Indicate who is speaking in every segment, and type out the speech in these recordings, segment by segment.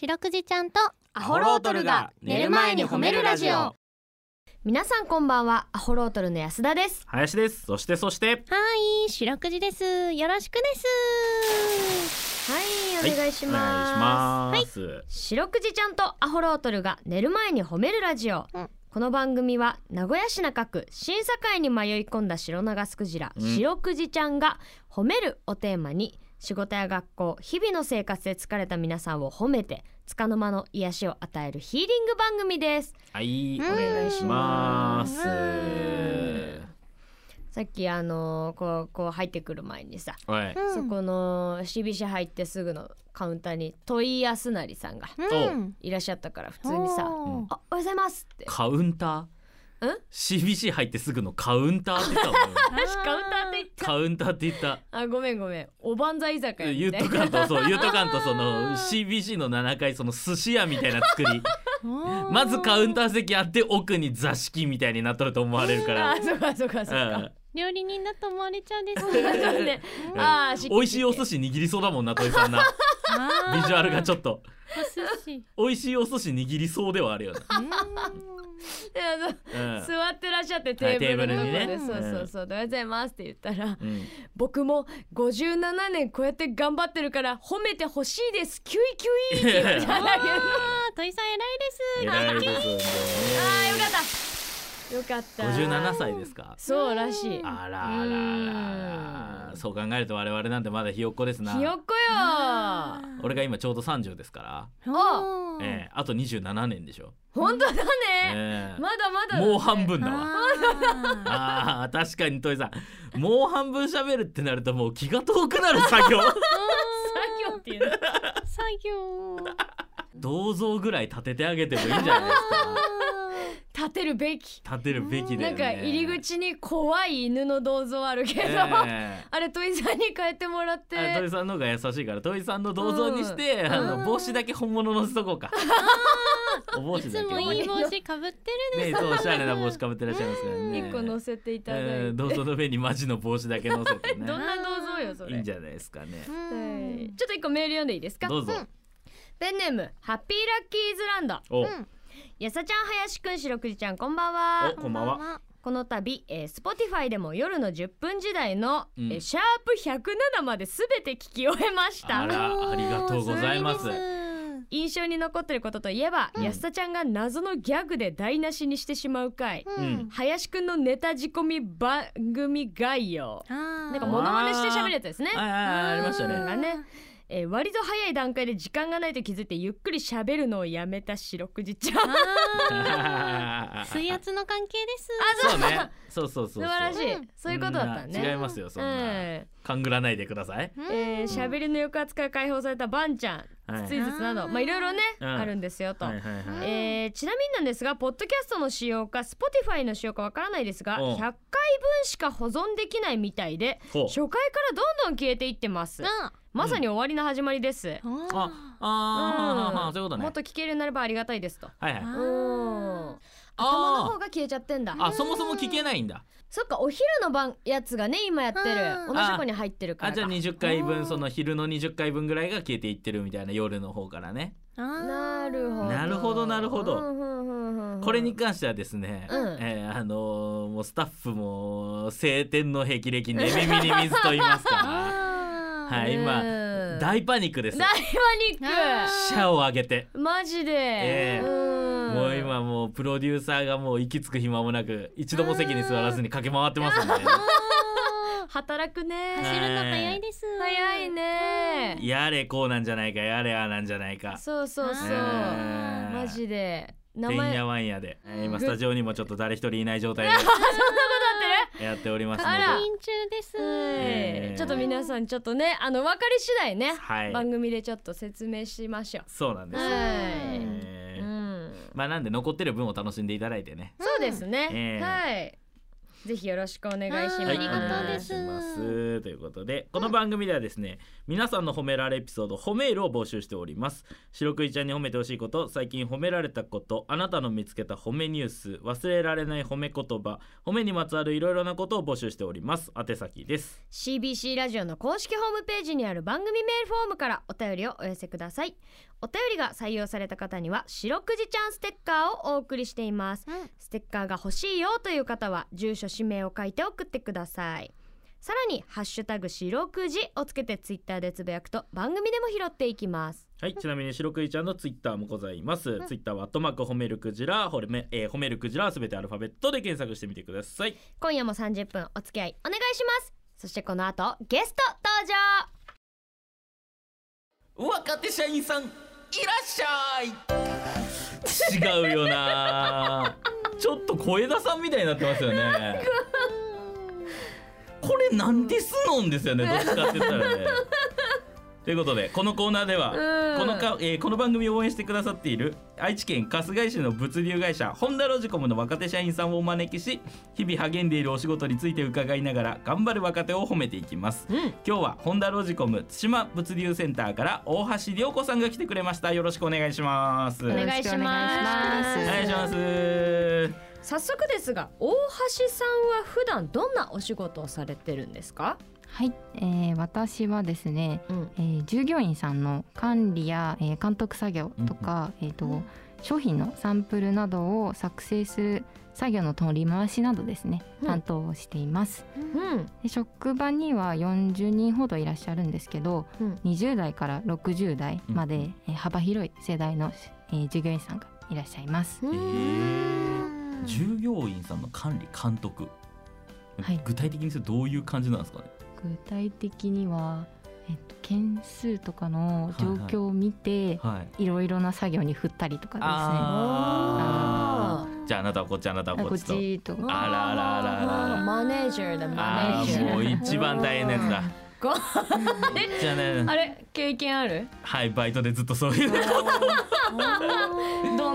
Speaker 1: 白くじちゃんと
Speaker 2: ア
Speaker 3: ホロートルが寝る前に褒めるラジオ
Speaker 2: 皆さんこんばんはアホロートルの安田です
Speaker 3: 林ですそしてそして
Speaker 1: はい白くじですよろしくです
Speaker 2: はいお願いし
Speaker 3: お願いし
Speaker 2: ま
Speaker 3: ます、はい、
Speaker 2: す白くじちゃんとアホロートルが寝る前に褒めるラジオ、
Speaker 1: うん
Speaker 2: この番組は名古屋市中区審査会に迷い込んだ白長スクジラ、
Speaker 3: うん
Speaker 2: 白くじちゃんが褒めるをテーマに仕事や学校日々の生活で疲れた皆さんを褒めて束の間の癒しを与えるヒーリング番組です
Speaker 3: はい、
Speaker 1: うん
Speaker 3: お願いします
Speaker 1: うん
Speaker 2: さっきあのーこうこう入ってくる前にさ
Speaker 3: はい、
Speaker 1: うん
Speaker 2: そこの CBC 入ってすぐのカウンターに戸井康成さんが
Speaker 1: うん
Speaker 2: いらっしゃったから普通にさ「
Speaker 1: おー
Speaker 2: あおはようございます」って
Speaker 3: カウンター
Speaker 2: ん
Speaker 3: CBC 入ってすぐのカウンターって言ったもん
Speaker 2: 確か歌っていった
Speaker 3: カウンターって言った
Speaker 2: あごめんごめんおばんざい居酒屋
Speaker 3: 言
Speaker 2: み
Speaker 3: った
Speaker 2: い
Speaker 3: と
Speaker 2: な
Speaker 3: かんとそう言っとかんとその CBC の7階その寿司屋みたいな作りまずカウンター席あって奥に座敷みたいになっとると思われるから
Speaker 2: あそっかそっかそっ
Speaker 3: う
Speaker 2: か
Speaker 3: ん
Speaker 1: 料理人だと思われちゃうん です
Speaker 2: そうだね
Speaker 3: うん
Speaker 2: あーしっかりして
Speaker 3: 美味しいお寿司握りそうだもんな鳥さんなビジュアルがちょっと
Speaker 1: お寿司
Speaker 3: 美味しいお寿司握りそうではあるよね、
Speaker 2: であの
Speaker 3: うん
Speaker 2: 座ってらっしゃってテーブルのとこ
Speaker 1: はいテ
Speaker 2: で
Speaker 1: ー
Speaker 2: そ
Speaker 1: ブ
Speaker 3: ル
Speaker 2: う
Speaker 3: にね
Speaker 2: そうそう「おはようございます」って言ったら
Speaker 3: うん
Speaker 2: 「僕も57年こうやって頑張ってるから褒めてほしいですキュイキュイ」って言われ たんだけど
Speaker 1: あー土井さん偉いです
Speaker 3: 偉いですよね
Speaker 2: あーよかったよかった
Speaker 3: 57歳ですか
Speaker 2: そうらしい
Speaker 3: あらあらあ
Speaker 2: う
Speaker 3: ら
Speaker 2: ん
Speaker 3: そう考えると我々なんてまだひよっこですな
Speaker 2: ひよっこよ
Speaker 3: 俺が今ちょうど30ですから、
Speaker 1: お
Speaker 3: ええあと27年でしょ、
Speaker 2: 本当だね
Speaker 3: ええ
Speaker 2: まだまだだね
Speaker 3: もう半分だわ
Speaker 1: あ
Speaker 3: あー確かに土井さんもう半分喋るってなるともう気が遠くなる作 業
Speaker 2: 作業っていうの
Speaker 1: ー作業
Speaker 3: 銅像ぐらい立ててあげてもいいんじゃないです
Speaker 2: 立てるべき
Speaker 3: か立てるべきだ
Speaker 2: な
Speaker 3: よ
Speaker 2: ん
Speaker 3: ね
Speaker 2: か入り口に怖い犬の銅像あるけど、
Speaker 3: ええ
Speaker 2: あれ鳥さんに変えてもらって
Speaker 3: あ土井さんの方が優しいから土井さんの銅像にして、
Speaker 2: ん
Speaker 3: あ
Speaker 1: う
Speaker 3: の
Speaker 1: ん
Speaker 3: 帽子だけ本物のせとこうか。 お帽
Speaker 1: い
Speaker 3: 子
Speaker 1: つ
Speaker 3: だけ
Speaker 1: もいい帽子かぶってる
Speaker 3: ね
Speaker 1: ね
Speaker 3: そうおしゃれな帽子かぶってらっしゃいますからね。
Speaker 2: 一個乗せていただいて、
Speaker 3: うん銅像の上にマジの帽子だけ乗せてね。
Speaker 2: どんな銅像よそ
Speaker 3: い
Speaker 2: れ
Speaker 3: いんじゃないですかね。
Speaker 2: はいちょっと一個メール読んでいいですか
Speaker 3: どうぞ。
Speaker 2: ペンネームハッピーラッキーズランド
Speaker 3: お、
Speaker 2: やさちゃん林くんしろくじちゃんこんばんは
Speaker 3: おこんばんは
Speaker 2: この度、えー、Spotify でも夜の10分時代の、
Speaker 3: うん
Speaker 2: えーシャープ107まで全て聞き終えまし
Speaker 3: あ
Speaker 2: た
Speaker 3: らありがとうございます
Speaker 1: おー
Speaker 2: 印象に残ってることといえば、
Speaker 3: うん
Speaker 2: 安田ちゃんが謎のギャグで台無しにしてしまう回、
Speaker 1: そういう意味ですうん
Speaker 2: 林くんのネタ仕込み番組概要
Speaker 1: あー
Speaker 2: なんかモノマネして喋るやつですね
Speaker 3: ああありました
Speaker 2: なん
Speaker 3: ね。
Speaker 2: かね、えー割と早い段階で時間がないと気づいてゆっくり喋るのをやめた白くじちゃん素
Speaker 1: あー 水圧の関係です
Speaker 3: そうね。そうそうそうそう。
Speaker 2: 晴らしい、
Speaker 1: うん
Speaker 2: そういうことだった
Speaker 3: うん違い
Speaker 2: ね
Speaker 3: ますよそん
Speaker 2: う
Speaker 3: な。
Speaker 2: ん
Speaker 3: 勘ぐらないでください。
Speaker 1: うん
Speaker 2: えー喋、りの抑圧から解放されたバンちゃん、
Speaker 3: はい
Speaker 2: ついずつな
Speaker 1: あ
Speaker 2: ど、
Speaker 1: ー
Speaker 2: まあ、いろいろね、
Speaker 3: うん
Speaker 2: あるんですよと。
Speaker 3: はいはいはい。
Speaker 2: えーちなみになんですがポッドキャストの使用か Spotify の使用かわからないです
Speaker 3: う
Speaker 2: が
Speaker 3: ん
Speaker 2: 100回分しか保存できないみたいで
Speaker 3: ほう
Speaker 2: 初回からどんどん消えていってます
Speaker 1: な
Speaker 2: まさに終わりの始まりです、うん
Speaker 3: ああーはあはあそういうことね。
Speaker 2: もっと聞けるようになればありがたいですと
Speaker 3: はいはい。
Speaker 2: うん頭の
Speaker 3: あ
Speaker 2: 方が消えちゃってんだ
Speaker 3: ーあそもそも聞けないんだ。
Speaker 2: そっかお昼の番やつがね今やって
Speaker 1: う
Speaker 2: る
Speaker 1: ん
Speaker 2: 同じ子に入ってるか
Speaker 3: あ
Speaker 2: ら
Speaker 3: じゃ
Speaker 2: か
Speaker 3: あ20回
Speaker 1: あー
Speaker 3: 分その昼の20回分ぐらいが消えていってるみたいな夜の方からね
Speaker 2: なるほど
Speaker 3: なるほどなるほど
Speaker 2: うんうんうんうん
Speaker 3: これに関してはですね、
Speaker 2: うん
Speaker 3: えーあのーもうスタッフも晴天の霹靂寝耳に水と言います か
Speaker 1: あ
Speaker 3: らはい
Speaker 2: う
Speaker 3: 今
Speaker 2: ん
Speaker 3: 大パニックです
Speaker 2: 大パニッ
Speaker 1: あ
Speaker 3: シャを上げて
Speaker 2: クマジで、
Speaker 3: ええ
Speaker 2: うん
Speaker 3: もう今もうプロデューサーがもう行き着く暇もなく一度も席に座らずに駆け回ってますんで
Speaker 2: 働くね
Speaker 3: は
Speaker 1: 走るの早いです
Speaker 2: 早いね
Speaker 3: やれこうなんじゃないかやれああなんじゃないか
Speaker 2: そうそうそう
Speaker 3: え
Speaker 1: あ
Speaker 3: ー
Speaker 2: マジで名
Speaker 3: てん
Speaker 2: 前
Speaker 3: や
Speaker 2: あ
Speaker 3: わんやで、えー今
Speaker 2: ぐ
Speaker 3: スタジオにもちょっと誰一人いない状 態でやっておりますので
Speaker 2: あら
Speaker 1: 委員中です
Speaker 3: えー
Speaker 2: ちょっと皆さんちょっとねあの分かり次第ね、
Speaker 3: はい
Speaker 2: 番組でちょっと説明しましょ
Speaker 3: そうなん
Speaker 2: う
Speaker 3: です、
Speaker 2: はい、
Speaker 3: えー
Speaker 2: うん、
Speaker 3: まあなんで残ってる分を楽しんでいただいてね
Speaker 2: そうですね、
Speaker 3: ええ
Speaker 2: はいぜひよろしくお願いします、
Speaker 1: はいありがとうございます
Speaker 3: お願いしますということでこの番組ではですね、皆さんの褒められエピソード褒めールを募集しております白クイちゃんに褒めてほしいこと最近褒められたことあなたの見つけた褒めニュース忘れられない褒め言葉褒めにまつわるいろいろなことを募集しております宛先です
Speaker 2: CBC ラジオの公式ホームページにある番組メールフォームからお便りをお寄せくださいお便りが採用された方には白くじちゃんステッカーをお送りしています
Speaker 1: うん
Speaker 2: ステッカーが欲しいよという方は住所氏名を書いて送ってくださいさらにハッシュタグ白くじをつけてツイッターでつぶやくと番組でも拾っていきます
Speaker 3: はい、ちなみに白クイちゃんのツイッターもございます、ツイッターは「トマク褒めるクジラ」褒め,、えー褒めるクジラ」はすべてアルファベットで検索してみてください
Speaker 2: 今夜も30分お付き合いお願いしますそしてこの後ゲスト登場
Speaker 3: 若手社員さんいらっしゃい違うよなちょっと小枝さんみたいになってますよねこれなんですのんですよねどっちかって言ったらねということでこのコーナーでは
Speaker 2: うん
Speaker 3: このか、えーこの番組を応援してくださっている愛知県春日井市の物流会社ホンダロジコムの若手社員さんをお招きし日々励んでいるお仕事について伺いながら頑張る若手を褒めていきます、今日はホンダロジコム対馬物流センターから大橋涼子さんが来てくれましたよろしくお願いします
Speaker 2: お願いします
Speaker 3: お願いします
Speaker 2: 早速ですが大橋さんは普段どんなお仕事をされてるんですか、
Speaker 4: はい、えー私はですね、
Speaker 2: うん
Speaker 4: えー従業員さんの管理や、えー監督作業とか、えーと
Speaker 1: うん
Speaker 4: 商品のサンプルなどを作成する作業の取り回しなどですね、
Speaker 2: うん
Speaker 4: 担当をしています
Speaker 2: うん、
Speaker 4: で職場には40人ほどいらっしゃるんですけど、
Speaker 2: うん
Speaker 4: 20代から60代まで、
Speaker 3: うん
Speaker 4: えー幅広い世代の、えー従業員さんがいらっしゃいます、
Speaker 3: えー
Speaker 1: うん
Speaker 3: 従業員さんの管理監督、
Speaker 4: はい
Speaker 3: 具体的にそれどういう感じなんですかね
Speaker 4: 具体的には、えーと件数とかの状況を見て、
Speaker 3: はい
Speaker 4: いろいろな作業に振ったりとかですね
Speaker 3: あーじゃああなたはこっちあなたは
Speaker 4: あ
Speaker 3: こ
Speaker 4: こ
Speaker 3: っ
Speaker 4: っ
Speaker 3: ちと
Speaker 4: ちと
Speaker 3: あらららら
Speaker 2: あーマネージャーだマ
Speaker 3: あ
Speaker 2: ネージ
Speaker 3: ー
Speaker 2: ャ
Speaker 3: もう
Speaker 2: ー
Speaker 3: 一番大変なやつだ
Speaker 2: こ
Speaker 3: じゃあ
Speaker 2: あ
Speaker 3: ね
Speaker 2: れ経験 ある
Speaker 3: はいバイトでずっとそういう
Speaker 2: ドー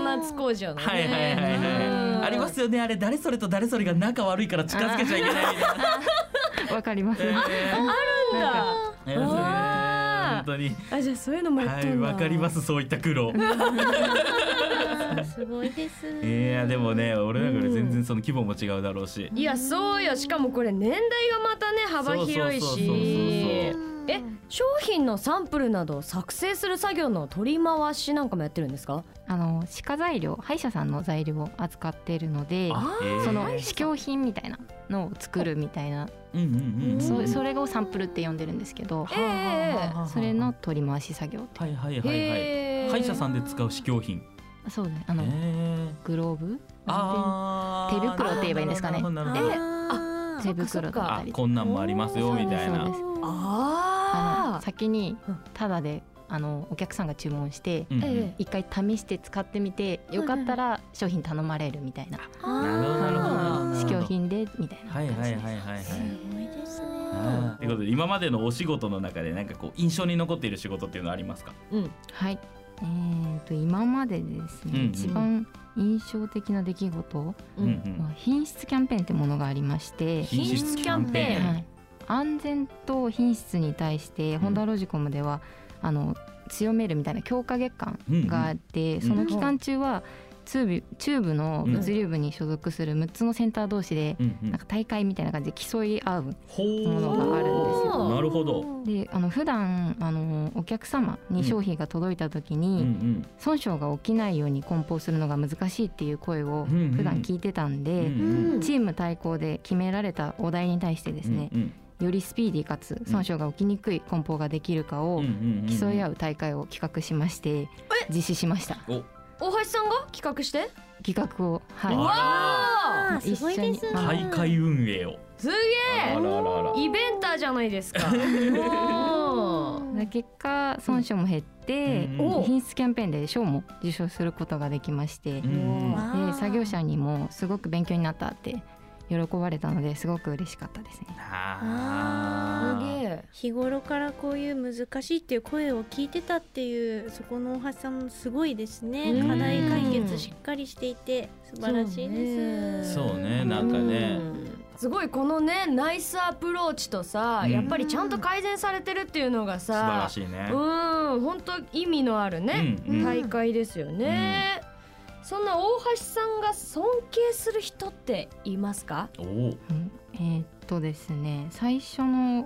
Speaker 2: ナツ工場のね
Speaker 3: はいはいはいはい
Speaker 2: うん
Speaker 3: ありますよねあれ誰それと誰それが仲悪いから近づけちゃいけないみたいな
Speaker 4: わかります
Speaker 3: えー
Speaker 2: なんだ
Speaker 3: ありますよね
Speaker 2: あー
Speaker 3: 本当に
Speaker 2: あじゃあそういうのもやっ
Speaker 3: は
Speaker 2: て
Speaker 3: い
Speaker 2: んだ
Speaker 3: わかりますそういった苦労
Speaker 1: すごいです。
Speaker 3: いやでもね俺なんかより全然その規模も違うだろうし
Speaker 2: いやそうよしかもこれ年代がまたね幅広い
Speaker 3: そうそうそうそう
Speaker 2: し
Speaker 1: うん
Speaker 2: え商品のサンプルなどを作成する作業の取り回しなんかもやってるんですか
Speaker 4: あの歯科材料歯医者さんの材料を扱っているので
Speaker 3: あえー
Speaker 4: その試供品みたいなのを作るみたいな
Speaker 3: うんうんうん
Speaker 4: そそれをサンプルって呼んでるんですけど
Speaker 2: ええ
Speaker 4: それの取り回し作業
Speaker 3: はいはいはいは
Speaker 2: え
Speaker 3: い
Speaker 2: え
Speaker 3: 歯医者さんで使う試供品
Speaker 4: そうねあの
Speaker 3: え
Speaker 4: グローブ
Speaker 3: あー
Speaker 4: 手袋って言えばいいんですかね
Speaker 3: なるほどなるほど
Speaker 1: あ
Speaker 4: 手袋だった
Speaker 3: あ
Speaker 4: りとか
Speaker 3: こんなんもありますよみたい
Speaker 4: そう
Speaker 3: な
Speaker 4: ですあ
Speaker 2: あ
Speaker 4: の先に
Speaker 2: うん
Speaker 4: ただであのお客さんが注文して
Speaker 3: うんうん
Speaker 2: ええ
Speaker 4: 一回試して使ってみてよかったら商品頼まれるみたいな
Speaker 3: なるほどなるほどなるほど
Speaker 4: 試供品でみたいな
Speaker 3: は
Speaker 4: 感
Speaker 3: い
Speaker 4: じです、
Speaker 3: はいはいはいはい
Speaker 1: すごいですね。
Speaker 3: あーということで今までのお仕事の中でなんかこう印象に残っている仕事っていうのはありますか
Speaker 4: はい。えー、と今まででですね、
Speaker 3: うんうん
Speaker 4: 一番印象的な出来事、
Speaker 2: うん
Speaker 4: まあ品質キャンペーンってものがありまして、
Speaker 3: 品質キャンペーン
Speaker 4: はい、安全と品質に対して、ホンダロジコムではあの強めるみたいな強化月間
Speaker 3: うんうん
Speaker 4: があって、その期間中は、チューブチューブの物流部に所属する6つのセンター同士で、
Speaker 3: うんうん
Speaker 4: なんか大会みたいな感じで競い合う
Speaker 3: ほ
Speaker 4: ものがあるんです
Speaker 2: よ
Speaker 3: なるほど
Speaker 4: であの普段あのお客様に商品が届いた時に、
Speaker 3: うんうん
Speaker 4: 損傷が起きないように梱包するのが難しいっていう声を
Speaker 3: うんうん
Speaker 4: 普段聞いてたんで、
Speaker 3: うんうん
Speaker 2: うん
Speaker 4: チーム対抗で決められたお題に対してですね、
Speaker 3: うんうん
Speaker 4: よりスピーディーかつ損傷が起きにくい梱包ができるか
Speaker 3: うん
Speaker 4: を
Speaker 3: うんうん
Speaker 4: 競い合う大会を企画しまして実施しました
Speaker 3: お
Speaker 2: 大橋さんが企画して
Speaker 4: 企画をはい
Speaker 3: あ
Speaker 2: わ
Speaker 1: あーすごいで
Speaker 4: 一緒
Speaker 1: す。
Speaker 4: に
Speaker 3: 大会運営を
Speaker 2: ーすげ
Speaker 3: あらららら
Speaker 2: えイベンターじゃないで すかおー
Speaker 4: で結果損傷も減って、
Speaker 3: うん
Speaker 2: お
Speaker 4: 品質キャンペーンで賞も受賞することができまして、
Speaker 3: うんうん
Speaker 1: わ
Speaker 4: で作業者にもすごく勉強になったって喜ばれたのですごく嬉しかったですね。
Speaker 3: あ
Speaker 2: す
Speaker 3: ー
Speaker 2: げえ
Speaker 5: 日頃からこういう難しいっていう声を聞いてたっていうそこの大橋さんもすごいですね
Speaker 2: うん
Speaker 5: 課題解決しっかりしていて素晴らしいです
Speaker 2: そう
Speaker 3: そうねなんかね
Speaker 2: うんすごいこのねナイスアプローチとさ、
Speaker 3: うん
Speaker 2: やっぱりちゃんと改善されてるっていうのが
Speaker 3: 素晴ら
Speaker 2: さ
Speaker 3: しいね。
Speaker 2: うん本当意味のあるね、
Speaker 3: うんうん
Speaker 2: 大会ですよね、そんな大橋さんが尊敬する人っていますか
Speaker 3: おおー。
Speaker 4: うんえーっとですね最初の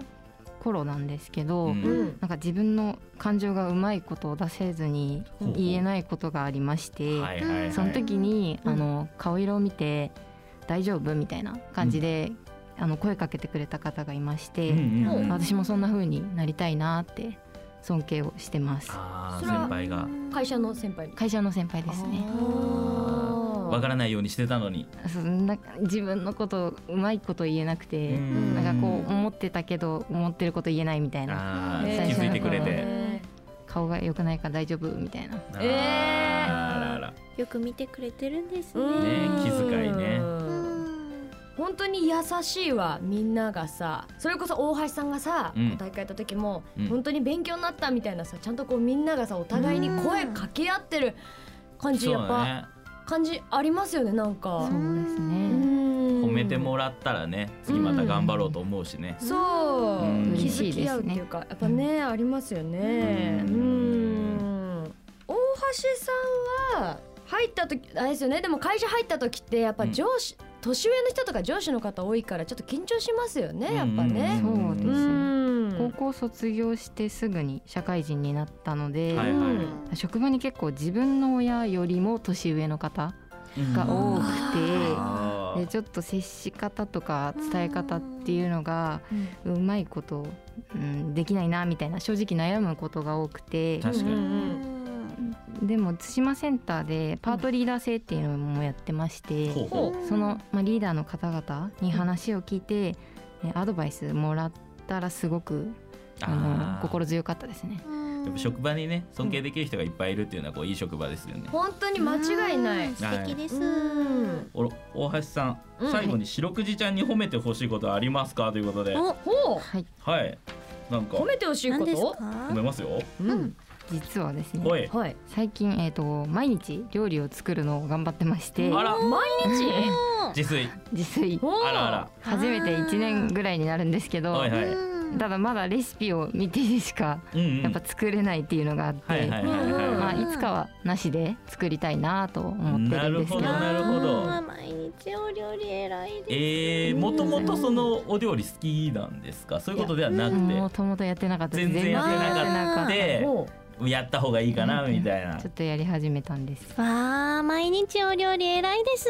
Speaker 4: 頃なんですけ
Speaker 3: う
Speaker 4: ど、
Speaker 3: ん
Speaker 2: うん
Speaker 4: なんか自分の感情がうまいことを出せずに
Speaker 3: ほうほう
Speaker 4: 言えないことがありまして、
Speaker 3: はいはいはい。
Speaker 4: その時に、
Speaker 2: うん
Speaker 4: あの顔色を見て「大丈夫?」みたいな感じで、あの声かけてくれた方がいまして、
Speaker 3: うんうんうん
Speaker 2: も
Speaker 4: 私もそんな風になりたいなって尊敬をしてます
Speaker 3: ああ
Speaker 2: そ
Speaker 3: 先
Speaker 2: れは
Speaker 3: 輩が
Speaker 2: 会社の先輩
Speaker 4: 会社の先輩ですね
Speaker 2: あー
Speaker 3: わからないようにしてたのに。
Speaker 4: そうなんか自分のことうまいこと言えなくて、
Speaker 3: うん
Speaker 4: なんかこう思ってたけど思ってること言えないみたいな
Speaker 3: ああ
Speaker 4: えー
Speaker 3: 気づいてくれて。
Speaker 2: え
Speaker 4: 顔が良くないから大丈夫みたいな
Speaker 3: あ
Speaker 2: えー
Speaker 3: ーあらあら。
Speaker 5: よく見てくれてるんですね。
Speaker 3: ね
Speaker 2: ー
Speaker 3: 気遣いね
Speaker 5: うん
Speaker 2: 本当に優しいわみんながさそれこそ大橋さんがさ、
Speaker 3: うん
Speaker 2: こう大会やった時も、
Speaker 3: うん
Speaker 2: 本当に勉強になったみたいなさちゃんとこうみんながさお互いに声かけ合ってる感じ、
Speaker 3: そう
Speaker 2: やっぱ、
Speaker 3: だね。
Speaker 2: 感じありますよねなんか
Speaker 4: そ。うですね、
Speaker 2: 褒
Speaker 3: 褒めてもらったらね次また頑張ろうと思うしね。
Speaker 2: そう、
Speaker 3: うん
Speaker 2: 気づき合うっていうか、やっぱね、ありますよね。う
Speaker 3: うんん
Speaker 2: 大橋さんは入った時あれですよね。でも会社入った時ってやっぱ上司、年上の人とか上司の方多いからちょっと緊張しますよね。やっぱね。
Speaker 3: ん
Speaker 4: そう
Speaker 2: うん
Speaker 4: ですね
Speaker 2: うん
Speaker 4: 高校卒業してすぐに社会人になったので、
Speaker 3: はいは
Speaker 4: 職場に結構自分の親よりも年上の方
Speaker 3: い。
Speaker 4: が多く
Speaker 3: あ
Speaker 4: て
Speaker 3: ー
Speaker 4: でちょっと接し方とか伝え方っていうのがうまいこと、うん、できないなみたいな正直悩むことが多くて
Speaker 3: 確か
Speaker 2: う
Speaker 3: に。
Speaker 2: ん
Speaker 4: でも対馬センターでパートリーダー制っていうのもやってまして、
Speaker 3: ほうほ
Speaker 4: その、まあ、リーダーの方々に話を聞いて、えアドバイスもらったらすごくあの
Speaker 3: あー
Speaker 4: 心強かったですね。
Speaker 3: やっぱ職場にね尊敬できる人がいっぱいいるっていうのはこういい職場ですよね。
Speaker 2: 本当に間違いない
Speaker 5: うん。素敵です。
Speaker 2: うん
Speaker 3: おろ大橋さん、
Speaker 2: うん
Speaker 3: 最後に白くじちゃんに褒めてほしいことはありますかということで、
Speaker 2: おほ
Speaker 4: はい、
Speaker 3: はい、なんか
Speaker 2: う褒めてほしい
Speaker 5: 何
Speaker 2: こ
Speaker 5: です
Speaker 2: と。
Speaker 3: 褒め
Speaker 5: か？
Speaker 3: ますよ。
Speaker 2: うん。
Speaker 4: 実はです
Speaker 3: ほ
Speaker 4: ね
Speaker 3: い、
Speaker 2: はい。
Speaker 4: 最近、えー、と毎日料理を作るのを頑張ってまして
Speaker 3: あら
Speaker 2: 毎日。
Speaker 3: 自炊、
Speaker 4: 自炊
Speaker 2: お
Speaker 3: あらあら、
Speaker 4: 初めて1年ぐらいになるんですけど、
Speaker 3: はいはい、うん
Speaker 5: うん
Speaker 4: ただまだレシピを見てでしか
Speaker 3: うん、
Speaker 4: やっぱ作れないっていうのがあって、
Speaker 3: はいはいはいはい、
Speaker 4: まあ、
Speaker 5: うん
Speaker 4: いつかはなしで作りたいなと思ってるんですけど
Speaker 3: なるほどなるほど
Speaker 5: あー毎日お料理偉いです。
Speaker 3: えー、もともとそのお料理好きなんですかそういうことではなく
Speaker 4: もともとやってなかったです
Speaker 3: 全然やってなかったて
Speaker 2: お
Speaker 3: でやった方がいいかなみたいな
Speaker 4: ちょっとやり始めたんです
Speaker 5: わあ毎日お料理偉いです。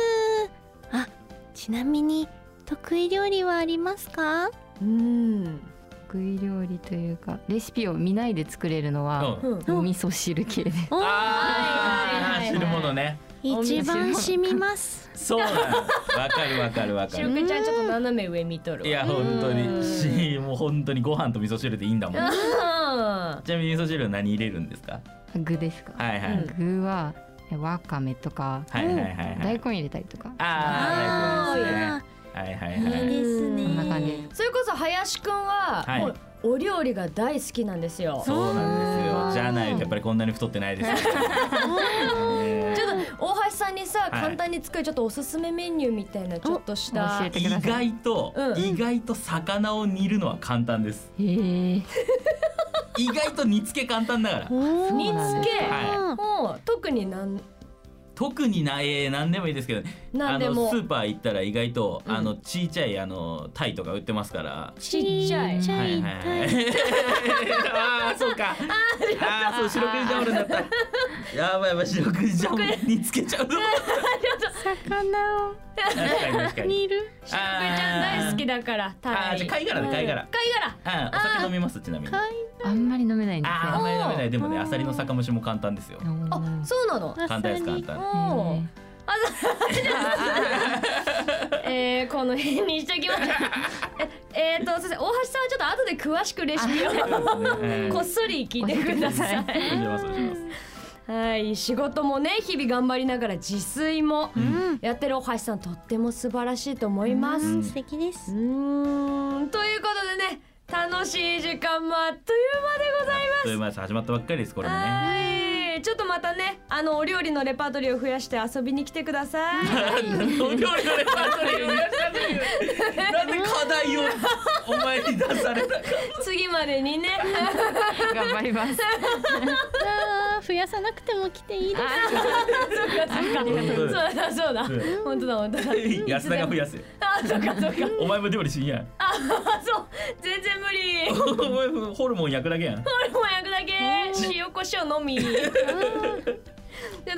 Speaker 5: あちなみに得意料理はありますか？
Speaker 2: うん。
Speaker 4: 得意料理というかレシピを見ないで作れるのは、
Speaker 2: うん
Speaker 4: お味噌汁系で
Speaker 5: お
Speaker 3: あ
Speaker 2: はいはいはい
Speaker 3: ー汁物ね
Speaker 5: 一番染みます。
Speaker 3: そうなのわかるわかるわ か
Speaker 2: 白
Speaker 3: る
Speaker 2: くじゃんちょっと斜め上見とるわ。
Speaker 3: いや本当にしもう本当にご飯と味噌汁でいいんだもん
Speaker 2: うん
Speaker 3: ちなみに味噌汁は何入れるんですか
Speaker 4: 具ですか、
Speaker 3: はいは
Speaker 2: う
Speaker 3: い
Speaker 2: ん
Speaker 4: 具はわかめとか、
Speaker 3: はいはいはいは
Speaker 4: 大
Speaker 3: い
Speaker 4: 根入れたりとか
Speaker 3: あー大根ですねはいはいはい
Speaker 5: いいですね。
Speaker 4: こんな感じです
Speaker 2: それこそ林くんは、
Speaker 3: はい
Speaker 2: もうお料理が大好きなんですよ。
Speaker 3: そうなんですよじゃないとやっぱりこんなに太ってない ですよね
Speaker 2: ちょっと大橋さんにさ、
Speaker 3: い
Speaker 2: 簡単に作るちょっとおすすめメニューみたいなちょっとした
Speaker 4: 教えて
Speaker 3: 意
Speaker 4: ください
Speaker 3: 外と
Speaker 2: うん
Speaker 3: 意外と魚を煮るのは簡単です
Speaker 4: へー
Speaker 3: 意外と煮付け簡単だから
Speaker 5: お
Speaker 2: 煮付け、
Speaker 3: は
Speaker 2: もう特になん
Speaker 3: 特になえー何でもいいですけど
Speaker 2: なん
Speaker 3: あ
Speaker 2: で
Speaker 3: の
Speaker 2: も
Speaker 3: スーパー行ったら意外と、
Speaker 2: うん
Speaker 3: あのちいちゃいあのタイとか売ってますから。
Speaker 2: ちっちゃい。
Speaker 5: ちっちゃい
Speaker 3: はい はい。ああそうか。ああそう白くじちゃんおるんだった。やばいやばい白くじちゃんにつけちゃうの。
Speaker 5: 魚を
Speaker 3: 確かに確かに。
Speaker 5: 煮る。
Speaker 2: しろくちゃん大好きだから。
Speaker 3: あーあ
Speaker 2: タ
Speaker 3: ー
Speaker 2: イ
Speaker 3: じゃあ貝殻で貝殻。
Speaker 2: 貝殻。
Speaker 3: うんお酒飲みますちなみに。あ
Speaker 5: 貝
Speaker 4: あんまり飲めないんです
Speaker 3: あーあん
Speaker 4: よ
Speaker 3: まり飲めないでもね
Speaker 5: おー
Speaker 3: アサリの酒蒸しも簡単ですよ。
Speaker 2: あ、そうなの。
Speaker 3: 簡単です簡単。
Speaker 2: おーえー、この辺にしてお きましょう。ええー、と、先生、大橋さんはちょっと後で詳しくレシピを。
Speaker 3: そうですね
Speaker 2: こっそり聞いてくださ
Speaker 3: お
Speaker 2: い。
Speaker 3: 願いしますお願いします
Speaker 2: はい、仕事もね、日々頑張りながら自炊も
Speaker 3: うん
Speaker 2: やってる大橋さん、とっても素晴らしいと思いま
Speaker 3: う
Speaker 2: す。
Speaker 3: ん
Speaker 5: 素敵です
Speaker 2: う。ーん、ということでね、楽しい時間もあっという間でございます。
Speaker 3: というまで始まったばっかりですこれもね。
Speaker 2: はい、ちょっとまたね、ああのお料理のレパートリーを増やして遊びに来てくだ さい。
Speaker 3: お料理のレパートリーを増やしたというなんで課題をお前に出されたか
Speaker 2: 次までにね。
Speaker 4: 頑張ります。
Speaker 1: あー増やさなくても来ていいです
Speaker 2: そうだそうだ。本当だ本当だ。
Speaker 3: 安田が増やせ
Speaker 2: あそうかそうか。
Speaker 3: お前も料理しんやん
Speaker 2: あそう全然無理。
Speaker 3: お前ホルモン焼くだけやん
Speaker 2: 俺も焼くだけ塩コショウのみ。で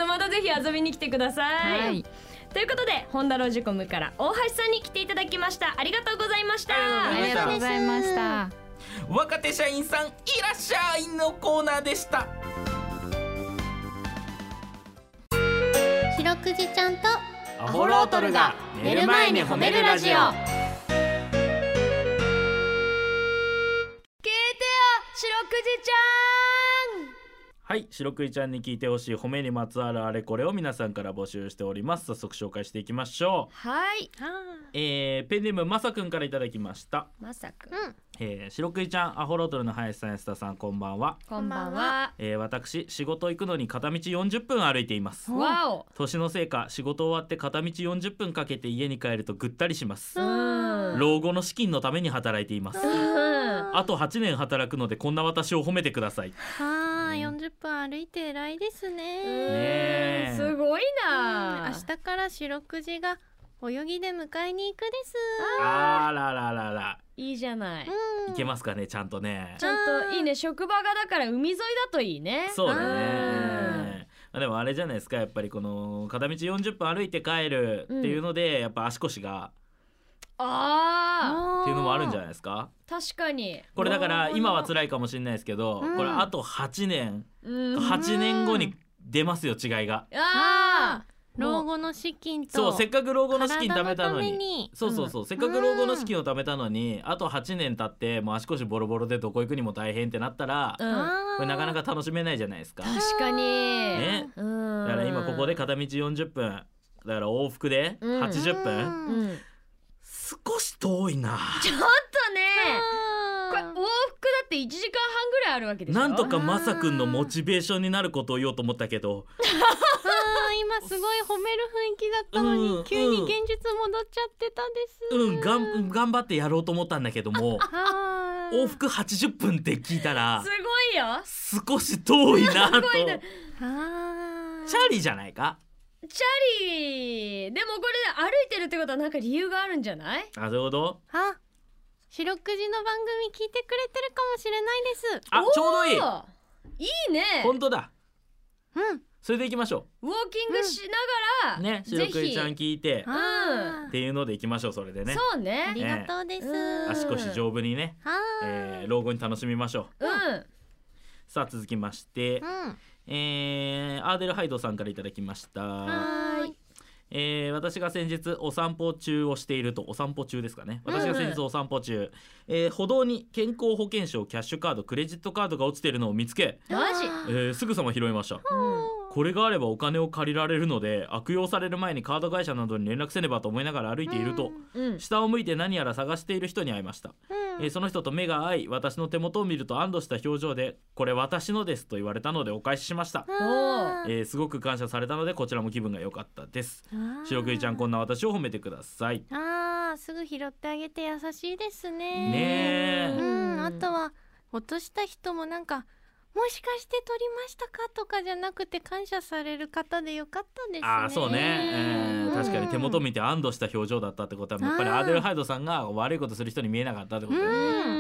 Speaker 2: またぜひ遊びに来てください。
Speaker 4: はい
Speaker 2: ということでホンダロジコムから大橋さんに来ていただきました。ありがとうございました。
Speaker 4: ありがとうございました。
Speaker 3: 若手社員さんいらっしゃいのコーナーでした
Speaker 1: 白くじちゃんと
Speaker 3: ア
Speaker 5: ホロートルが寝る前に褒めるラジオ
Speaker 2: 聞いてよ白くじち
Speaker 3: はい白クイちゃんに聞いてほしい褒めにまつわるあれこれを皆さんから募集しております早速紹介していきましょう、
Speaker 2: ゃんはい
Speaker 3: えー、ペンネームまさくんからいただきました
Speaker 2: まさく
Speaker 3: えー、白クイちゃんアホロートルの林さん安田さんこんばんは、
Speaker 2: こんばんは
Speaker 3: えー、私仕事行くのに片道40分歩いています
Speaker 2: わお
Speaker 3: 年のせいか仕事終わって片道40分かけて家に帰るとぐったりします
Speaker 2: うん
Speaker 3: 老後の資金のために働いています
Speaker 2: うん
Speaker 3: あと8年働くのでこんな私を褒めてください
Speaker 1: はー40分歩いて偉いですね
Speaker 3: え
Speaker 2: すごいな
Speaker 1: 明日から白くじが泳ぎで迎えに行くです
Speaker 3: あらららら
Speaker 2: いいじゃない
Speaker 3: いけますかねちゃんとね
Speaker 2: ちゃんといいね職場がだから海沿いだといいね
Speaker 3: そうだ
Speaker 2: うん
Speaker 3: ねまあでもあれじゃないですかやっぱりこの片道40分歩いて帰るっていうので、やっぱ足腰が
Speaker 2: あ
Speaker 3: っていうのもあるんじ
Speaker 1: ない
Speaker 3: ゃないですか
Speaker 2: ー確かに
Speaker 3: これだから今は辛いかもしれないですけど、これあと8年
Speaker 2: うん
Speaker 3: 8年後に出ますよ違いが、
Speaker 2: あー
Speaker 1: 老
Speaker 2: もう
Speaker 1: 後の資金と
Speaker 3: そうせっかく老後の資金貯めたの
Speaker 1: 体
Speaker 3: に
Speaker 1: めに
Speaker 3: そうそうそう、せっかく老後の資金を貯めたのにあと8年経ってもう足腰ボロボロでどこ行くにも大変ってなったら、
Speaker 2: うん
Speaker 3: これなかなか楽しめないじゃないですか。
Speaker 2: 確かに
Speaker 3: ね
Speaker 2: うん
Speaker 3: だから今ここで片道40分だから往復で
Speaker 2: うん
Speaker 3: 80分、
Speaker 2: うんちょっ
Speaker 3: 少し遠いな
Speaker 2: とねこれ往復だって1時間半ぐらいあるわけでしょ
Speaker 3: なんとかまさくんのモチベーションになることを言おうと思ったけど
Speaker 1: 今すごい褒める雰囲気だったのに、
Speaker 3: うん
Speaker 1: 急に現実戻っちゃってたです、
Speaker 3: うんがん頑張ってやろうと思ったんだけども
Speaker 1: はーい
Speaker 3: 往復80分って聞いたら
Speaker 2: すごいよ
Speaker 3: 少し遠いなとチ
Speaker 2: いな
Speaker 1: はーい
Speaker 3: ャリじゃないか
Speaker 2: チャリでもこれで歩いてるってことはなんか理由があるんじゃない
Speaker 3: あそういうこと
Speaker 1: あ、白くじの番組聞いてくれてるかもしれないです。
Speaker 3: あちょうどいい
Speaker 2: いいね
Speaker 3: 本当だ
Speaker 1: うん。
Speaker 3: それでいきましょ
Speaker 2: ウォーキングしながら、
Speaker 3: うね
Speaker 2: ぜ
Speaker 3: 白
Speaker 2: ひ
Speaker 3: クイちゃん聞いて
Speaker 2: ん
Speaker 1: あ
Speaker 3: っていうのでいきましょうそれでね
Speaker 2: そ
Speaker 1: ーあ
Speaker 2: うね
Speaker 1: りがとうです。
Speaker 2: うん
Speaker 3: 足腰丈夫にね、
Speaker 1: は
Speaker 3: え
Speaker 1: ーい
Speaker 3: ー、老後に楽しみましょう
Speaker 2: うん
Speaker 3: さあ続きまして
Speaker 1: う、ん。
Speaker 3: えー、アーデルハイドさんからいただきました、
Speaker 1: はーい。
Speaker 3: えー、私が先日お散歩中をしているとお散歩中ですかね私が先日お散歩中、えー歩道に健康保険証キャッシュカードクレジットカードが落ちているのを見つけ、
Speaker 2: マジ
Speaker 3: えー、すぐさま拾いましたこれがあればお金を借りられるので悪用される前にカード会社などに連絡せねばと思いながら歩いていると、
Speaker 2: うん
Speaker 3: 下を向いて何やら探している人に会いました、えーその人と目が合い私の手元を見ると安堵した表情で「これ私のです」と言われたのでお返ししました、
Speaker 2: お
Speaker 3: えーすごく感謝されたのでこちらも気分が良かったです白クイちゃんこんな私を褒めてください
Speaker 1: あー、すぐ拾ってあげて優しいですね。
Speaker 3: ね
Speaker 1: う
Speaker 3: え
Speaker 1: ん。あとは落とした人もなんか。もしかして取りましたかとかじゃなくて感謝される方でよかったですね。
Speaker 3: あーそうね、え
Speaker 1: う
Speaker 3: ー
Speaker 1: ん
Speaker 3: 確かに手元見て安堵した表情だったってことはやっぱり
Speaker 1: あー
Speaker 3: アーデルハイドさんが悪いことする人に見えなかったってことだよね
Speaker 1: うん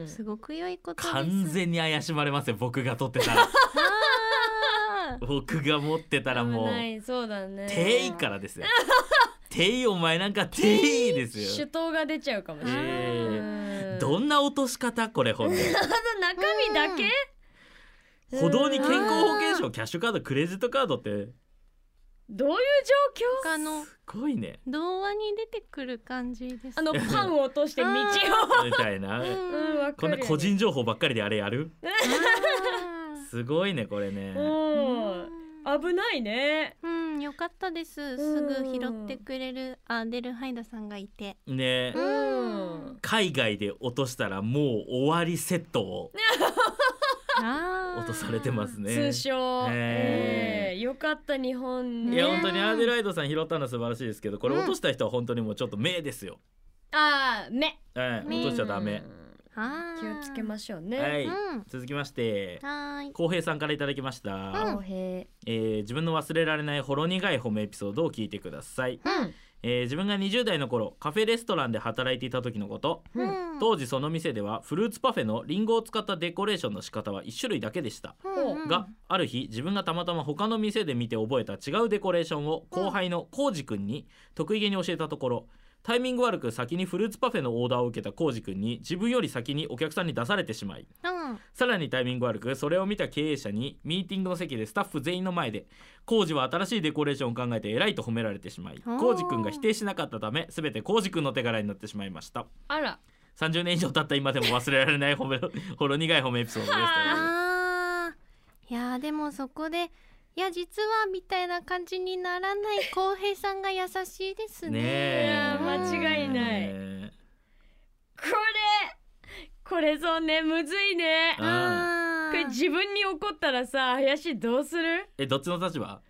Speaker 2: うん
Speaker 1: すごく良いことです。
Speaker 3: 完全に怪しまれますよ僕が取ってたら僕が持ってたらもう
Speaker 2: 危ないそうだね
Speaker 3: 定位から ですよ定位お前なんか定位ですよ
Speaker 2: 手刀が出ちゃうかもしれない、
Speaker 3: え
Speaker 2: うん
Speaker 3: どんな落とし方これほんで
Speaker 2: ただ中身だけ、
Speaker 3: 歩道に健康保険証キャッシュカードクレジットカードって
Speaker 2: どういう状況
Speaker 1: 他の
Speaker 3: すごいね
Speaker 1: 童話に出てくる感じです。
Speaker 2: あのパンを落として道を
Speaker 3: みたいな
Speaker 2: うんわかるよね
Speaker 3: こんな個人情報ばっかりであれやる
Speaker 1: あ
Speaker 3: すごいねこれね
Speaker 2: うん危ないね
Speaker 1: ーうん、よかったです。すぐ拾ってくれるアーデルハイドさんがいて。
Speaker 3: ね
Speaker 2: うん
Speaker 3: 海外で落としたらもう終わりセットを
Speaker 1: あー
Speaker 3: 落とされてますね
Speaker 2: 通称、
Speaker 3: えー
Speaker 2: えよかった日本
Speaker 3: い
Speaker 2: ね
Speaker 3: や本当にアデライドさん拾ったのは素晴らしいですけどこれ落とした人は本当にもうちょっと目ですよ、
Speaker 2: ああ目
Speaker 3: はい
Speaker 1: 目
Speaker 3: 落としちゃダメ、
Speaker 1: あ
Speaker 2: 気をつけ
Speaker 1: す。
Speaker 2: ましょうね、
Speaker 3: はい、
Speaker 1: うん。
Speaker 3: 続きまして
Speaker 1: はーい。
Speaker 3: 浩平さんからいただきました、
Speaker 2: 公平
Speaker 3: えー自分の忘れられないほろ苦い褒めエピソードを聞いてください、
Speaker 2: うん
Speaker 3: えー自分が20代の頃カフェレストランで働いていた時のこと
Speaker 1: うん。
Speaker 3: 当時その店ではフルーツパフェのリンゴを使ったデコレーションの仕方は1種類だけでした
Speaker 1: うんうん
Speaker 3: が、ある日自分がたまたま他の店で見て覚えた違うデコレーションを後輩のコウジ君に得意げに教えたところタイミング悪く先にフルーツパフェのオーダーを受けたコウジ君に自分より先にお客さんに出されてしまい
Speaker 1: うん。
Speaker 3: さらにタイミング悪くそれを見た経営者にミーティングの席でスタッフ全員の前でコウジは新しいデコレーションを考えて偉いと褒められてしまい
Speaker 1: ー
Speaker 3: コウジ君が否定しなかったため全てコウジ君の手柄になってしまいました
Speaker 2: あら
Speaker 3: 30年以上経った今でも忘れられない褒めほろ苦い褒めエピソードです
Speaker 1: あーいやーでもそこで「いや実は」みたいな感じにならない浩平さんが優しいですね。
Speaker 2: い
Speaker 3: ね
Speaker 2: や間違いない
Speaker 3: ね
Speaker 2: これこれぞねむずいね
Speaker 3: えうん
Speaker 2: こ
Speaker 1: あ
Speaker 2: れ
Speaker 1: ー
Speaker 2: 自分に怒ったらさ林どうする
Speaker 3: えどっちの立場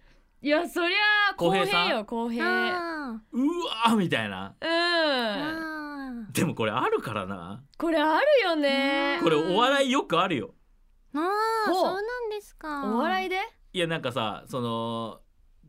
Speaker 2: いやそりゃあ
Speaker 3: 公
Speaker 2: 公
Speaker 3: 平さん
Speaker 2: 平よ公平
Speaker 1: あ
Speaker 3: うわーみたいな
Speaker 2: う
Speaker 1: ー
Speaker 2: ん
Speaker 1: あ
Speaker 3: でもこれあるからな
Speaker 2: これあるよね
Speaker 3: これお笑いよくあるよ
Speaker 1: ーあー
Speaker 2: ほう
Speaker 1: そうなんですか。
Speaker 2: お笑い
Speaker 1: い
Speaker 2: で
Speaker 3: いやなんかさその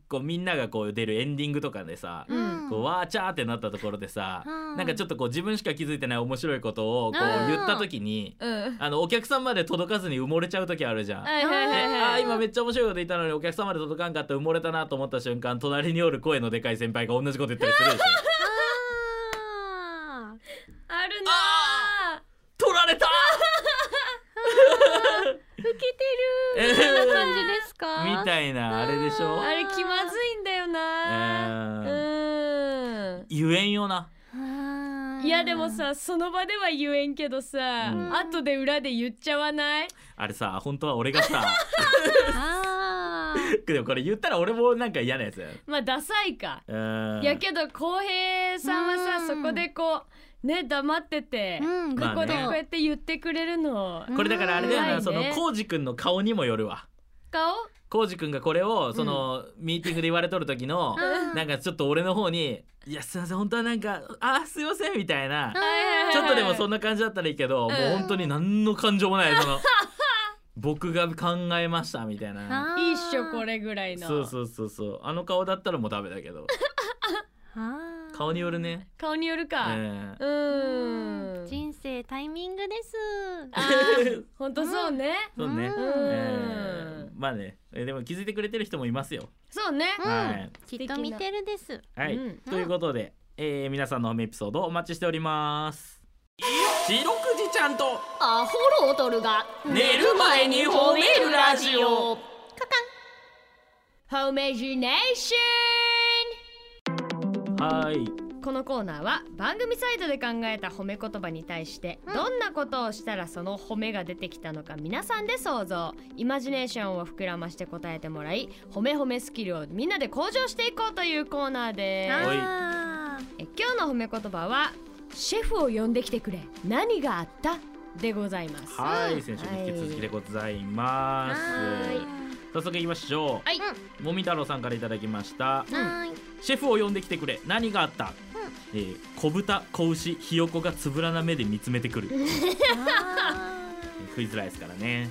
Speaker 3: こうみんながこう出るエンディングとかでさ、こうわーちゃーってなったところでさ、
Speaker 1: うん
Speaker 3: なんかちょっとこう自分しか気づいてない面白いことをこ
Speaker 2: う
Speaker 3: うん言った時に、
Speaker 2: うん
Speaker 3: あのお客さんまで届かずに埋もれちゃう時あるじゃん。
Speaker 2: はいはいはいはい
Speaker 3: あー今めっちゃ面白いこと言ったのにお客様で届かんかった埋もれたなと思った瞬間隣におる声のでかい先輩が同じこと言ったりするでしょ
Speaker 1: あー
Speaker 2: あるなあ
Speaker 3: 取られた
Speaker 1: 受けてる
Speaker 3: えー
Speaker 1: みたいな感じですか
Speaker 3: みたいなあれでしょ
Speaker 1: あ
Speaker 2: あれ気まずいんだよな
Speaker 3: うん
Speaker 2: うん
Speaker 3: 言えんよな
Speaker 1: あー
Speaker 2: いやでもさその場では言えんけどさ、
Speaker 3: うん
Speaker 2: 後で裏で言っちゃわない
Speaker 3: あれさ本当は俺が さ
Speaker 1: あー
Speaker 3: でもこれ言ったら俺もなんか嫌なやつだよ
Speaker 2: まあダサいか、
Speaker 3: うん
Speaker 2: いやけど浩平さんはさ、
Speaker 1: うん
Speaker 2: そこでこうね黙ってて、
Speaker 1: うん
Speaker 3: まあ
Speaker 2: ここで
Speaker 3: ね
Speaker 2: こうやって言ってくれるの、
Speaker 3: これだからあれだよな、
Speaker 2: うん
Speaker 3: その
Speaker 2: うまいね
Speaker 3: コウジ君の顔にもよるわ
Speaker 2: 顔
Speaker 3: コウジ君がこれをその、ミーティングで言われとる時の、
Speaker 1: うん
Speaker 3: なんかちょっと俺の方に「いやすいません本当はなんかあーすいません」みたいな、
Speaker 2: はい
Speaker 3: ちょっとでもそん
Speaker 2: の
Speaker 3: な感じだったらいいけど、
Speaker 2: うん
Speaker 3: もう本当に何の感情もないそ の僕が考えましたみたいな。
Speaker 1: あー
Speaker 2: いいっしょこれぐらいの
Speaker 3: そうそうそうそうあの顔だったらもうダメだけど
Speaker 1: あー
Speaker 3: 顔によるね、
Speaker 2: 顔による
Speaker 3: え
Speaker 2: か、
Speaker 3: ー
Speaker 2: うーん
Speaker 1: 人生タイミングです。
Speaker 2: あ ーほんとそうね、
Speaker 3: そうね、
Speaker 2: うん
Speaker 3: えーまあねえーでも気づいてくれてる人もいますよ
Speaker 2: そうね、
Speaker 1: うん
Speaker 3: はい
Speaker 1: きっと見てるです。
Speaker 3: はい、
Speaker 2: うん
Speaker 3: ということで、えー皆さんの褒めエピソードをお待ちしております白くじちゃんと
Speaker 5: アホロトルが
Speaker 3: 寝る前に褒めるラジオ
Speaker 2: ホーメージネーション
Speaker 3: はい
Speaker 2: このコーナーは番組サイトで考えた褒め言葉に対してどんなことをしたらその褒めが出てきたのか皆さんで想像イマジネーションを膨らまして答えてもらい褒め褒めスキルをみんなで向上していこうというコーナーです
Speaker 3: はい
Speaker 1: あー
Speaker 2: え今日の褒め言葉はシェフを呼んできてくれ何があったでございます
Speaker 3: はい先週に引き続きでございます、早速いきましょう
Speaker 2: はい
Speaker 3: もみ太郎さんからいただきました
Speaker 1: はーい。
Speaker 3: シェフを呼んできてくれ何があった、えー小豚子牛ひよこがつぶらな目で見つめてくる
Speaker 1: あ
Speaker 3: 食いづらいですからね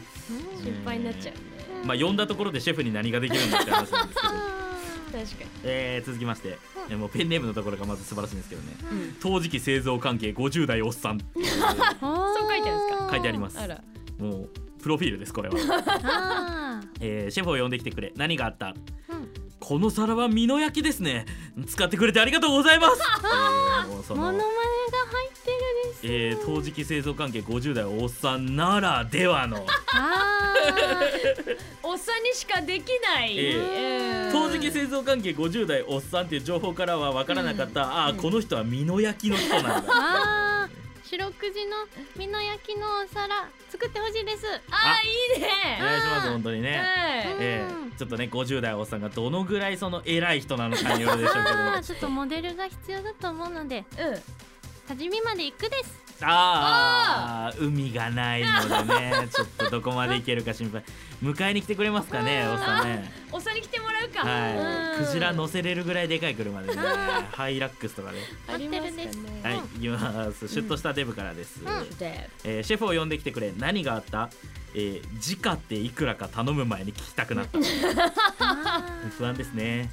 Speaker 1: ー
Speaker 2: 心配になっちゃうね
Speaker 3: まあ呼んだところでシェフに何ができるんだって話なんですけど、
Speaker 2: 確か
Speaker 3: えー続きまして、えーもうペンネームのところがまず素晴らしいんですけどね
Speaker 2: に、うん
Speaker 3: 陶磁器製造関係50代おっさん
Speaker 1: そう。
Speaker 2: 書いてあるんです
Speaker 3: 書いてありますす
Speaker 2: あら
Speaker 3: もうプロフィールですこれは、
Speaker 1: あー
Speaker 3: えーシェフを呼んできてくれ何があった、
Speaker 1: うん
Speaker 3: この皿は美濃焼きですね使ってくれてありがとうございます、えーもうそ
Speaker 1: モノマネが
Speaker 3: の
Speaker 1: 入ってるです。
Speaker 3: えー陶磁器製造関係50代おっさんならではの
Speaker 1: あ
Speaker 2: おっさんにしかできない、
Speaker 3: え
Speaker 2: え
Speaker 3: 陶磁器製造関係50代おっさんっていう情報からは分からなかった、ああこの人は美濃焼きの人なん
Speaker 1: ー
Speaker 3: だ
Speaker 1: あー。 白くじの美濃焼きのお皿作ってほしいです。
Speaker 2: あーいいね
Speaker 3: お願いします本当にね、
Speaker 2: はい
Speaker 3: ええちょっとね50代おっさんがどのぐらいその偉い人なのかによるでしょうけど
Speaker 1: あーちょっとモデルが必要だと思うので
Speaker 2: うん、
Speaker 1: 初めまで行くです。
Speaker 3: ああ海がない のでねちょっとどこまで行けるか心配迎えに来てくれますかねおっさんね
Speaker 2: おっさんに来てもるか、
Speaker 3: はい、
Speaker 2: うん
Speaker 3: クジラ乗せれるぐらいでかい車ですね。ハイラックスとかね。
Speaker 2: ありますかね
Speaker 3: はい、いきます。シュッとしたデブからです。
Speaker 2: で
Speaker 3: えーシェフを呼んできてくれ。何があった？えー、時価っていくらか頼む前に聞きたくなった。不安ですね。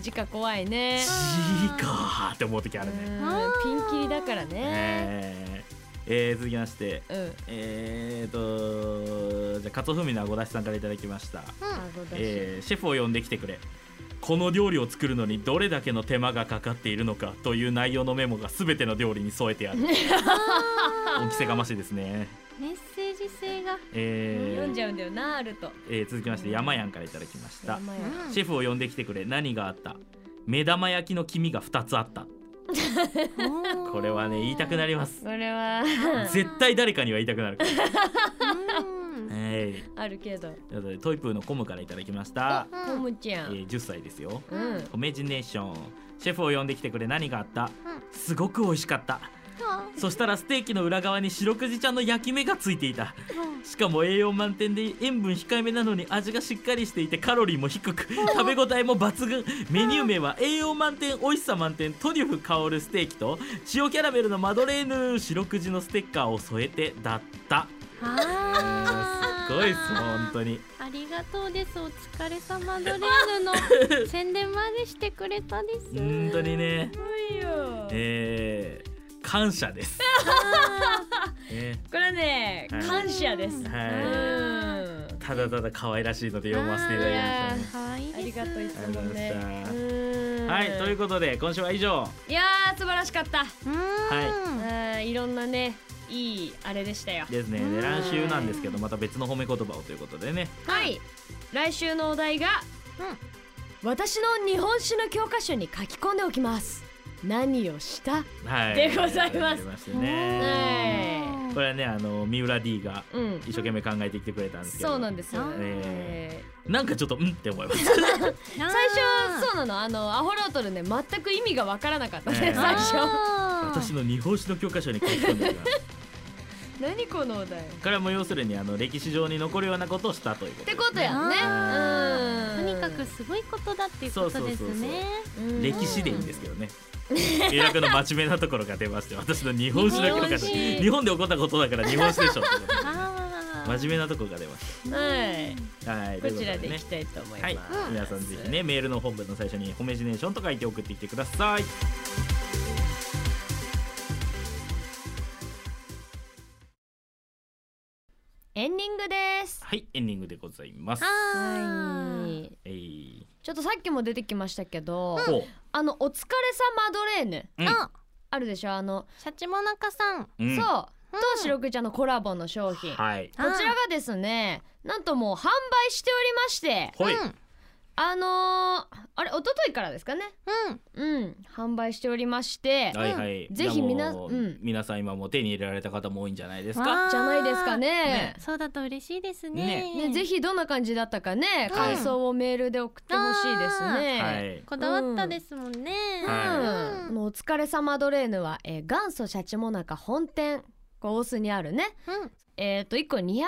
Speaker 2: 時価怖いね
Speaker 3: 時価って思う時あるね。
Speaker 2: うんピンキリだからね、
Speaker 3: えーえー続きまして、
Speaker 2: うん
Speaker 3: えーと、じゃあ、カツオ風味のあごだしさんからいただきました。
Speaker 2: 顎だし
Speaker 3: えーシェフを呼んできてくれこの料理を作るのにどれだけの手間がかかっているのかという内容のメモが全ての料理に添えてあ るお着せがましいですね、
Speaker 1: メッセージ性が
Speaker 3: え
Speaker 2: 読ん
Speaker 3: ー
Speaker 2: じゃうんだよなあると
Speaker 3: えー続きまして山やんからいただきました
Speaker 2: 山や
Speaker 3: シェフを呼んできてくれ何があった目玉焼きの黄身が2つあったこれはね言いたくなります
Speaker 2: これは
Speaker 3: 絶対誰かには言いたくなるから、
Speaker 1: うん
Speaker 3: はい
Speaker 2: あるけど
Speaker 3: ということでトイプーのコムからいただきました、
Speaker 2: コムちゃ
Speaker 3: え
Speaker 2: ん
Speaker 3: ー10歳ですよ
Speaker 2: うん
Speaker 3: コメジネーションシェフを呼んできてくれ何があった、すごく美味しかったそしたらステーキの裏側に白くじちゃんの焼き目がついていたしかも栄養満点で塩分控えめなのに味がしっかりしていてカロリーも低く食べ応えも抜群メニュー名は栄養満点美味しさ満点トリュフ香るステーキと塩キャラメルのマドレーヌ白くじのステッカーを添えてだった
Speaker 1: あ
Speaker 3: すごいっす本当に
Speaker 1: ありがとうですお疲れ様ドレーヌの 宣伝までしてくれたです
Speaker 3: 本当にね
Speaker 2: いいよ
Speaker 3: えー感謝です、ね
Speaker 2: これはね
Speaker 3: はい
Speaker 2: 感謝で
Speaker 3: は
Speaker 2: す、
Speaker 3: い
Speaker 2: うん
Speaker 3: ただただ可愛らしいので読ませていただきまし
Speaker 1: 可愛い
Speaker 2: あ
Speaker 1: です
Speaker 2: りがとういつもね
Speaker 3: ありがとうございました
Speaker 2: うん
Speaker 3: たはいということで今週は以上はい
Speaker 2: やー素晴らしかった
Speaker 3: い
Speaker 2: うんいろんなねいいあれでしたよ
Speaker 3: ですねで来週なんですけどまた別の褒め言葉をということでね
Speaker 2: はい来週のお題が、私の日本史の教科書に書き込んでおきます何をした
Speaker 3: はい
Speaker 2: でございます
Speaker 3: ありしたね
Speaker 2: は
Speaker 3: これはねあの三浦 D が
Speaker 2: いうん
Speaker 3: 一生懸命考えてきてくれたんですけど
Speaker 2: そうなんですよ、
Speaker 3: え
Speaker 2: え
Speaker 3: なんかちょっとうんって思い ます
Speaker 2: ー最初そうなのあのアホロートルね全く意味がわからなかったね、
Speaker 3: えー
Speaker 2: 最初
Speaker 3: 私の日本史の教科書に書き込んでおきます
Speaker 2: 何このお題っ
Speaker 3: これはもう要するにあの歴史上に残るようなことをしたということ
Speaker 2: てことやんね
Speaker 1: と
Speaker 2: うん
Speaker 1: にかくすごいことだっていうことです
Speaker 3: そうそうそう
Speaker 1: ね
Speaker 2: うん
Speaker 3: 歴史でいいんですけどね。魅力の真面目なところが出まして、私の日本史だけだから、
Speaker 1: 日本史
Speaker 3: 日本で起こったことだから日本史でしょってことで。
Speaker 1: あー
Speaker 3: 真面目なところが出まし
Speaker 2: はい
Speaker 3: た。はい、
Speaker 2: こちらで
Speaker 3: というこ
Speaker 2: いき
Speaker 3: と
Speaker 2: たいと思いま
Speaker 3: ね。
Speaker 2: す、
Speaker 3: はい、皆さんぜひね、メールの本文の最初にホメジネーションと書いて送ってきてください。
Speaker 2: エンディングです
Speaker 3: はい、エンディングでございます。
Speaker 1: あー
Speaker 2: はい
Speaker 3: えい、
Speaker 2: ちょっとさっきも出てきましたけど、
Speaker 3: ほ
Speaker 2: あの「お疲れ様ドレーヌ
Speaker 3: うん」
Speaker 2: あるでしょあの、
Speaker 1: シャチモナカさん
Speaker 3: う、うん
Speaker 2: そう、と白くじゃんのコラボの商品、
Speaker 3: はい、
Speaker 2: こちらがですねなんともう販売しておりまして
Speaker 3: ほい、
Speaker 2: あのー、あれ一昨日からですかねうん販売しておりまして
Speaker 3: はいはい。
Speaker 2: ぜひみな
Speaker 3: じゃあもう
Speaker 2: うん
Speaker 3: 皆さん今もう手に入れられた方も多いんじゃないですか。
Speaker 1: わー
Speaker 2: じゃないですかね
Speaker 1: そうだと嬉しいです
Speaker 2: ね
Speaker 1: ね
Speaker 2: ぜひどんな感じだったかね、感想をメールで送ってほしいですね、
Speaker 3: はい、
Speaker 1: こだわったですもんね
Speaker 3: んは
Speaker 2: うん、もうお疲れ様ドレーヌは、えー元祖シャチモナカ本店こう大須にあるね、
Speaker 1: うん
Speaker 2: えっ、と1個280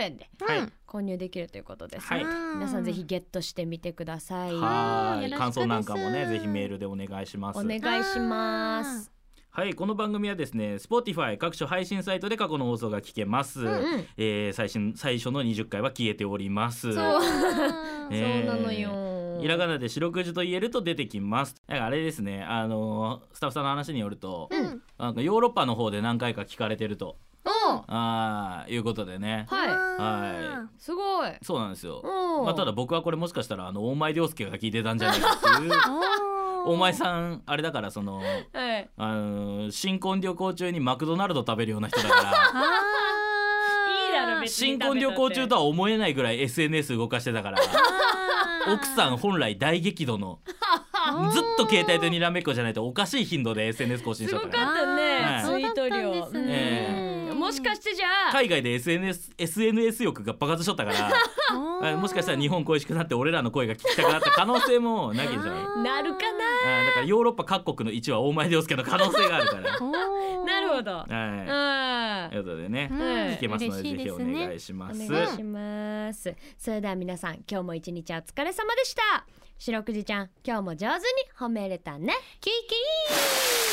Speaker 2: 円で
Speaker 3: はい、
Speaker 2: 購入できるということです、
Speaker 3: はい。
Speaker 2: 皆さんぜひゲットしてみてください
Speaker 3: は
Speaker 1: よろしく
Speaker 3: ー
Speaker 1: で
Speaker 3: い、
Speaker 1: す
Speaker 3: 感想なんかもね、ぜひメールでお願いしま
Speaker 2: お
Speaker 3: す。
Speaker 2: 願いします
Speaker 3: はい、この番組はですね、Spotify 各種配信サイトで過去の放送が聞けます。
Speaker 2: うん
Speaker 3: えー最新最初の20回は消えております。
Speaker 2: そう、
Speaker 3: え
Speaker 2: そ
Speaker 3: ー
Speaker 2: うなの。よ
Speaker 3: ひらがなで白くじと言えると出てきます。なんかあれですね、あのースタッフさんの話によると、
Speaker 2: うん
Speaker 3: なんかヨーロッパの方で何回か聞かれてると、
Speaker 2: お
Speaker 3: あーいうことでね。
Speaker 2: は
Speaker 3: はい
Speaker 2: すごい
Speaker 3: い、そうなんですよ。
Speaker 2: お
Speaker 3: まあ、ただ僕はこれもしかしたらあの大前涼介が聞いてたんじゃないかって いう大前さんあれだからその
Speaker 2: はい
Speaker 3: あのー新婚旅行中にマクドナルド食べるような人だから
Speaker 2: いいだろ別に
Speaker 3: 新婚旅行中とは思えないぐらい SNS 動かしてたから奥さん本来大激怒のずっと携帯とにらめっこじゃないとおかしい頻度で SNS 更新し
Speaker 2: す
Speaker 3: ちゃ
Speaker 2: ご
Speaker 3: っ
Speaker 2: か
Speaker 3: た
Speaker 2: っ
Speaker 3: から。
Speaker 2: たね
Speaker 3: はい
Speaker 2: ツイート量
Speaker 1: そうだったんです
Speaker 3: ね
Speaker 2: うんもししかしてじゃあ、
Speaker 3: 海外で SNS, SNS 欲が爆発しとったからあもしかしたら日本恋しくなって俺らの声が聞きたくなった可能性もなきじゃない
Speaker 2: なるかな
Speaker 3: あだからヨーロッパ各国の1は大前涼介の可能性があるから
Speaker 2: なるほど、
Speaker 3: はい、
Speaker 2: うん
Speaker 3: ということでね、
Speaker 1: うん
Speaker 3: 聞けますので
Speaker 1: 嬉しい
Speaker 3: ぜひ
Speaker 1: で
Speaker 3: お
Speaker 1: すね
Speaker 3: 願いします
Speaker 2: お願いします、それでは皆さん今日も一日お疲れ様でした白くじちゃん今日も上手に褒めれたねキキー